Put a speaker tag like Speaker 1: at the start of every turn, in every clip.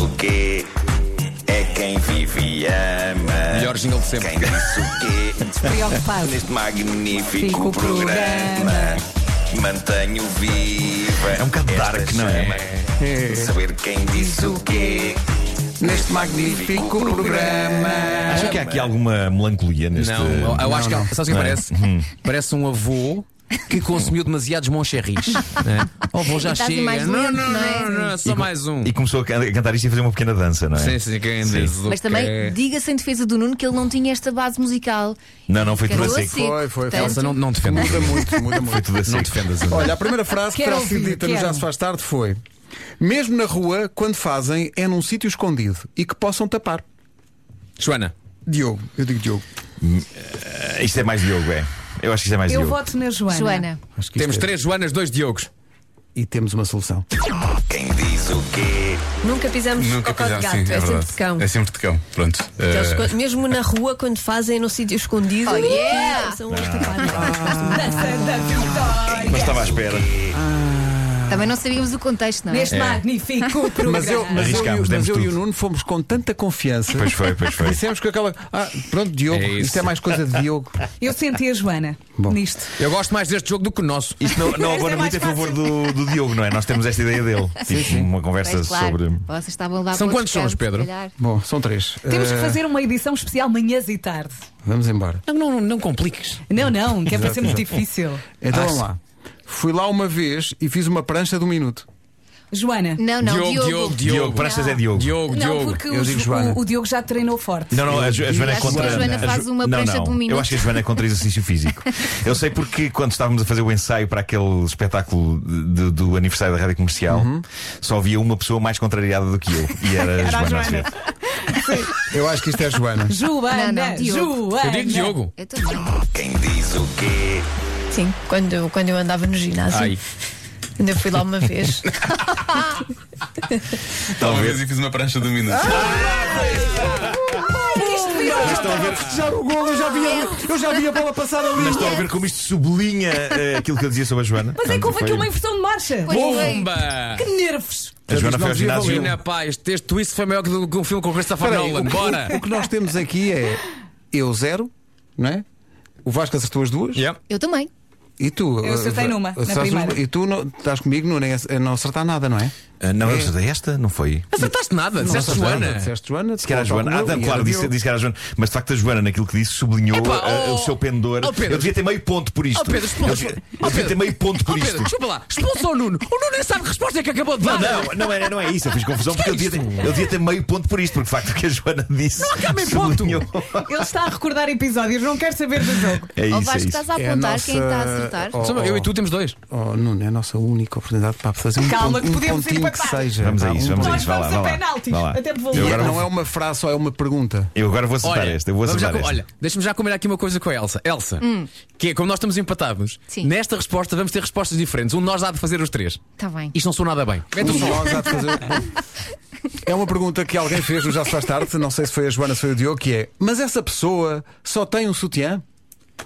Speaker 1: o quê? É quem vive e ama.
Speaker 2: Melhor jingle de sempre.
Speaker 1: Quem disse o quê?
Speaker 3: Preocupado.
Speaker 1: Neste
Speaker 3: Fico
Speaker 1: magnífico
Speaker 3: programa.
Speaker 1: programa. Mantenho viva.
Speaker 4: É um bocado
Speaker 1: esta
Speaker 4: dark, não é?
Speaker 1: chama. Saber quem disse o quê? Neste magnífico programa.
Speaker 4: Acho que há aqui alguma melancolia neste.
Speaker 2: Não, eu, eu acho que. Sabes o que
Speaker 5: é?
Speaker 2: parece?
Speaker 5: Hum.
Speaker 2: Parece um avô que consumiu demasiados moncherris. né?
Speaker 5: É.
Speaker 2: O avô já
Speaker 3: E estás
Speaker 2: chega.
Speaker 3: mais
Speaker 2: não,
Speaker 3: lento,
Speaker 2: não,
Speaker 3: não é?
Speaker 2: não, não, só mais um.
Speaker 4: E começou a can- cantar isto e a fazer uma pequena dança, não é?
Speaker 2: Sim, sim, quem
Speaker 4: Sim.
Speaker 2: diz o é.
Speaker 3: Mas também
Speaker 2: quê?
Speaker 3: diga-se em defesa do Nuno que ele não tinha esta base musical.
Speaker 4: Não, não, foi tudo a
Speaker 3: Carou a
Speaker 4: seco.
Speaker 3: seco.
Speaker 5: Foi, foi, foi.
Speaker 3: Tanto-
Speaker 2: Elsa, não, não defendas.
Speaker 5: Muda muito, muda
Speaker 4: Foi
Speaker 5: muito.
Speaker 4: tudo
Speaker 2: assim.
Speaker 4: a seco.
Speaker 2: defendas, Ana.
Speaker 5: Olha, a primeira frase que
Speaker 3: Quero
Speaker 5: terá sido
Speaker 3: ouvir,
Speaker 5: dita no
Speaker 3: quero.
Speaker 5: Já Se Faz Tarde foi: Mesmo na rua, quando fazem, é num sítio escondido e que possam tapar.
Speaker 2: Joana.
Speaker 5: Diogo, eu digo Diogo.
Speaker 4: Isto é mais Diogo, é. Eu acho que isto é mais
Speaker 6: Eu
Speaker 4: Diogo.
Speaker 6: voto na Joana.
Speaker 3: Joana,
Speaker 5: Acho que isto
Speaker 2: Temos
Speaker 5: é-
Speaker 2: três Joanas, dois Diogos.
Speaker 5: E temos uma solução.
Speaker 1: Quem diz o quê?
Speaker 7: Nunca pisamos
Speaker 8: Nunca
Speaker 7: cocó de
Speaker 8: fizemos
Speaker 7: gato,
Speaker 8: sim,
Speaker 7: é, sempre
Speaker 8: verdade.
Speaker 7: de cão.
Speaker 8: É sempre de cão, pronto.
Speaker 7: Que eles
Speaker 8: Eh,
Speaker 7: co- mesmo na rua, quando fazem no sítio escondido,
Speaker 3: Oh, yeah!
Speaker 7: são
Speaker 8: Ah.
Speaker 7: uns tapados.
Speaker 4: Mas estava à espera.
Speaker 3: também não sabíamos o contexto, não é?
Speaker 6: Neste magnífico programa.
Speaker 5: Mas eu, mas eu, e o-
Speaker 4: Arriscámos,
Speaker 5: mas
Speaker 4: demos
Speaker 5: eu e o
Speaker 4: tudo.
Speaker 5: Nuno fomos com tanta confiança.
Speaker 4: Pois foi, pois foi.
Speaker 5: Dissemos que aquela. Ah, pronto, Diogo,
Speaker 2: É isso.
Speaker 5: isto é mais coisa de Diogo.
Speaker 6: Eu senti a Joana nisto.
Speaker 2: Eu gosto mais deste jogo do que o nosso.
Speaker 4: Isto não, não
Speaker 6: Mas
Speaker 4: abona
Speaker 6: é mais
Speaker 4: muito a favor do, do Diogo, não é? Nós temos esta ideia dele. Tipo, uma conversa
Speaker 3: Mas, claro,
Speaker 4: sobre.
Speaker 3: Vocês estavam lá
Speaker 2: São
Speaker 3: para
Speaker 2: quantos
Speaker 3: outro
Speaker 2: sons,
Speaker 3: campo,
Speaker 2: Pedro?
Speaker 3: se calhar.
Speaker 5: Bom, são três.
Speaker 6: Temos que
Speaker 5: Eh,
Speaker 6: fazer uma edição especial manhãs e tarde.
Speaker 5: Vamos embora.
Speaker 2: Não, não, não compliques.
Speaker 6: Não, não, que é para ser muito difícil.
Speaker 5: Então
Speaker 2: Ah,
Speaker 5: vamos lá. Fui lá uma vez e fiz uma prancha de um minuto.
Speaker 6: Joana.
Speaker 3: Não, não,
Speaker 2: Diogo,
Speaker 3: Diogo.
Speaker 2: Diogo,
Speaker 4: Diogo, Praxas é Diogo.
Speaker 2: Diogo,
Speaker 6: Não,
Speaker 2: Diogo.
Speaker 6: porque
Speaker 5: Eu
Speaker 6: o,
Speaker 5: digo
Speaker 6: Jo-
Speaker 5: Joana.
Speaker 6: o- o Diogo já treinou forte.
Speaker 4: Não, não, a, Jo- a Joana é
Speaker 3: Acho que a
Speaker 4: contra.
Speaker 3: Joana
Speaker 4: Jo-
Speaker 3: faz uma
Speaker 4: não,
Speaker 3: prancha
Speaker 4: não.
Speaker 3: de um minuto.
Speaker 4: Eu acho que a Joana é contra exercício físico. Eu sei porque quando estávamos a fazer o ensaio para aquele espetáculo de- do aniversário da rádio comercial,
Speaker 3: Uhum.
Speaker 4: só havia uma pessoa mais contrariada do que eu. E era,
Speaker 6: Era a
Speaker 4: a Joana
Speaker 6: Joana.
Speaker 4: Azevedo.
Speaker 5: Eu acho que isto é Joana.
Speaker 6: Joana,
Speaker 3: Não, não, Diogo.
Speaker 6: Joana.
Speaker 2: Eu digo Diogo.
Speaker 3: Eu também.
Speaker 1: Quem diz o quê?
Speaker 7: Sim, quando, quando eu andava no ginásio,
Speaker 2: Ai.
Speaker 7: ainda fui lá uma vez.
Speaker 8: Uma vez e fiz uma prancha
Speaker 1: um
Speaker 8: do minuto.
Speaker 4: Estão a ver,
Speaker 5: Já o gol, eu já vi a, eu já vi a bola passar ali.
Speaker 4: estão a ver como isto sublinha eh, aquilo que eu dizia sobre a Joana.
Speaker 6: Mas é que
Speaker 4: Portanto,
Speaker 6: houve aqui
Speaker 4: foi-
Speaker 6: uma inversão de marcha.
Speaker 3: Pois foi.
Speaker 2: Bomba!
Speaker 6: Que nervos.
Speaker 4: A Joana foi ao
Speaker 5: Não devia
Speaker 4: ginásio.
Speaker 2: Imagina, pá, este, este twist foi maior que do- que um filme com o Christopher
Speaker 5: Espera aí,
Speaker 2: Nolan.
Speaker 5: o, que-
Speaker 2: Bora!
Speaker 5: o que nós temos aqui é eu zero, não é? O Vasco acertou as duas.
Speaker 2: Yep.
Speaker 3: Eu também.
Speaker 5: E tu?
Speaker 6: Eu acertei
Speaker 5: eh,
Speaker 6: numa, na
Speaker 5: acertaste-
Speaker 6: primeira.
Speaker 5: E tu não, estás comigo, Nuno, em ac- em não acertar nada, não é?
Speaker 4: Ah, não, eu acertei esta, não foi?
Speaker 2: Acertaste nada, disseste
Speaker 5: acertaste
Speaker 2: Joana.
Speaker 5: nada. Disseste Joana.
Speaker 4: Disse que era a Joana. Ah,
Speaker 5: falta um
Speaker 4: não,
Speaker 5: eu e
Speaker 4: claro,
Speaker 5: era
Speaker 4: disse,
Speaker 5: Diogo.
Speaker 4: disse que era a Joana. Mas de facto, a Joana, naquilo que disse, sublinhou
Speaker 2: Epá,
Speaker 4: ah,
Speaker 2: oh,
Speaker 4: o seu pendor.
Speaker 2: oh, Pedro.
Speaker 4: eu devia ter meio ponto por isto.
Speaker 2: Oh Pedro, expulsa.
Speaker 4: eu devia, eu
Speaker 2: Oh,
Speaker 4: devia ter
Speaker 2: Pedro.
Speaker 4: meio ponto por
Speaker 2: Oh,
Speaker 4: isto.
Speaker 2: Pedro, desculpa lá, expulsa o Nuno. O Nuno nem sabe que resposta é que acabou de
Speaker 4: Não,
Speaker 2: dar.
Speaker 4: não, não é, não é isso. Eu fiz confusão porque eu devia, ter, eu devia ter meio ponto por isto, porque de facto o que a Joana disse. Não
Speaker 2: há é meio ponto. Oh,
Speaker 6: Ele está a recordar episódios, não quer saber do jogo.
Speaker 4: É
Speaker 3: Ou
Speaker 4: isso, é
Speaker 3: vais
Speaker 4: isso.
Speaker 3: que estás a
Speaker 5: É a
Speaker 3: apontar
Speaker 5: nossa-
Speaker 3: quem está a acertar.
Speaker 5: Oh.
Speaker 2: Só Eu e tu temos dois.
Speaker 5: Oh, Nuno, é a nossa única oportunidade para fazer um,
Speaker 6: Calma,
Speaker 5: ponto,
Speaker 6: que
Speaker 5: um
Speaker 6: podemos
Speaker 5: pontinho que
Speaker 6: empatar.
Speaker 5: seja.
Speaker 4: Vamos a
Speaker 5: Pá, um
Speaker 4: isso, vamos a
Speaker 6: Nós
Speaker 4: isso. Vá lá,
Speaker 6: vamos
Speaker 4: vá
Speaker 6: a
Speaker 4: lá.
Speaker 6: penaltis.
Speaker 4: Vá lá.
Speaker 6: Até me vou
Speaker 4: eu, agora
Speaker 5: Não
Speaker 4: vou,
Speaker 5: é uma frase, só é uma pergunta.
Speaker 4: eu agora vou acertar esta. Eu vou
Speaker 2: vamos já
Speaker 4: acertar
Speaker 2: com-
Speaker 4: esta.
Speaker 2: olha, deixa-me já combinar aqui uma coisa com a Elsa. Elsa, que é como nós estamos empatados,
Speaker 3: Sim.
Speaker 2: nesta resposta vamos ter respostas diferentes. Um de nós há de fazer os três.
Speaker 3: Está Tá bem.
Speaker 2: Isto não sou nada bem. Mete o
Speaker 5: Um
Speaker 2: som.
Speaker 5: nós há de fazer- É uma pergunta que alguém fez no Já se faz tarde, não sei se foi a Joana, se foi o Diogo, que é: Mas essa pessoa só tem um sutiã?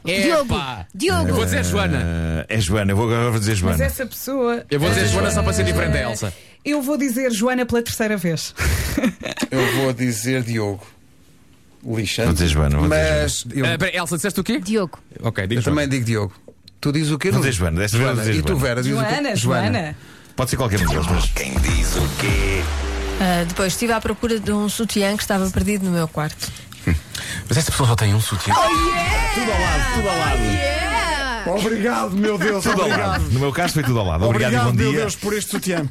Speaker 3: Diogo.
Speaker 2: Epá.
Speaker 3: Diogo.
Speaker 2: Eu vou dizer Joana.
Speaker 4: Ah, é Joana, eu vou, agora vou dizer
Speaker 6: Mas
Speaker 4: Joana.
Speaker 6: essa pessoa.
Speaker 2: Eu vou dizer
Speaker 6: Eh,
Speaker 2: Joana só para ser diferente da Elsa.
Speaker 6: Eu vou dizer Joana pela terceira vez.
Speaker 5: Eu vou dizer Diogo. Lixante.
Speaker 4: Vou dizer Joana, vou dizer
Speaker 5: Mas eu,
Speaker 2: Ah, pera, Elsa, disseste o quê?
Speaker 3: Diogo.
Speaker 2: Ok, diz
Speaker 5: eu também digo Diogo. Tu dizes o quê?
Speaker 4: Vou
Speaker 5: Nuno?
Speaker 4: dizer Joana, desta vez vou dizer
Speaker 5: E tu,
Speaker 4: Joana.
Speaker 5: Vera, dizes o quê?
Speaker 6: Joana, Joana.
Speaker 4: Pode ser qualquer um deles, mas.
Speaker 1: Quem diz o quê?
Speaker 7: Ah, depois estive à procura de um sutiã que estava perdido no meu quarto.
Speaker 8: Mas essa pessoa só tem um sutiã.
Speaker 4: Tudo ao lado, tudo ao
Speaker 5: Oh,
Speaker 4: lado.
Speaker 5: Obrigado, meu Deus,
Speaker 4: Tudo ao lado. No meu caso foi tudo ao lado. Obrigado, e bom dia.
Speaker 5: por este sutiã.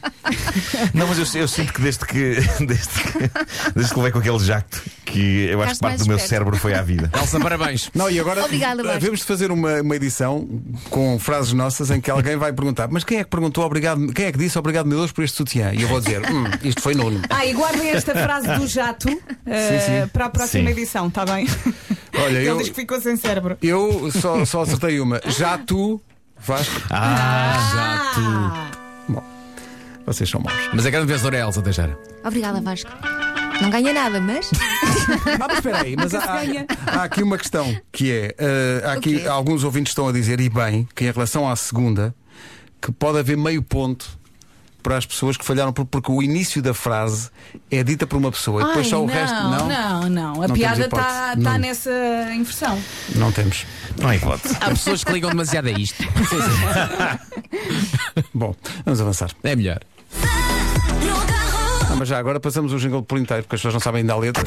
Speaker 4: Não, mas eu, eu sinto que desde que, desde que desde que levei com aquele jacto que eu acho
Speaker 3: Ficaste
Speaker 4: que parte
Speaker 3: mais
Speaker 4: do meu
Speaker 3: esperto.
Speaker 4: cérebro foi à vida.
Speaker 2: Elsa, parabéns.
Speaker 5: Não, e agora
Speaker 3: Obrigada, Vasco.
Speaker 5: devemos fazer uma, uma edição com frases nossas em que alguém vai perguntar: Mas quem é que perguntou obrigado? Quem é que disse obrigado, meu Deus, por este sutiã? E eu vou dizer: hum, Isto foi Nuno.
Speaker 6: Ah, e guardem esta frase do jato eh,
Speaker 5: sim.
Speaker 6: para a próxima
Speaker 4: Sim.
Speaker 6: edição, está bem?
Speaker 5: Olha,
Speaker 6: Ele
Speaker 5: eu,
Speaker 6: diz que ficou sem cérebro.
Speaker 5: eu só, só acertei uma. Já tu, Vasco,
Speaker 6: Ah,
Speaker 5: vocês são maus.
Speaker 2: Mas a grande vencedora é a Elsa Teixeira.
Speaker 3: Obrigada, Vasco. Não ganha nada, mas.
Speaker 5: Ah, mas espera aí, mas há, há- há aqui uma questão que é: eh, há aqui
Speaker 3: O quê?
Speaker 5: alguns ouvintes estão a dizer, e bem, que em relação à segunda, que pode haver meio ponto para as pessoas que falharam, por- porque o início da frase é dita por uma pessoa e depois
Speaker 6: Ai,
Speaker 5: só
Speaker 6: não,
Speaker 5: o resto. Não,
Speaker 6: não, não. A
Speaker 5: Não
Speaker 6: piada
Speaker 5: temos hipótese.
Speaker 6: está
Speaker 5: Não.
Speaker 6: nessa inversão.
Speaker 5: não temos.
Speaker 4: Não é hipótese.
Speaker 2: Há pessoas que ligam demasiado a isto.
Speaker 5: Bom, vamos avançar.
Speaker 2: É melhor.
Speaker 5: Ah, mas já agora passamos o jingle por inteiro, porque as pessoas não sabem ainda a letra.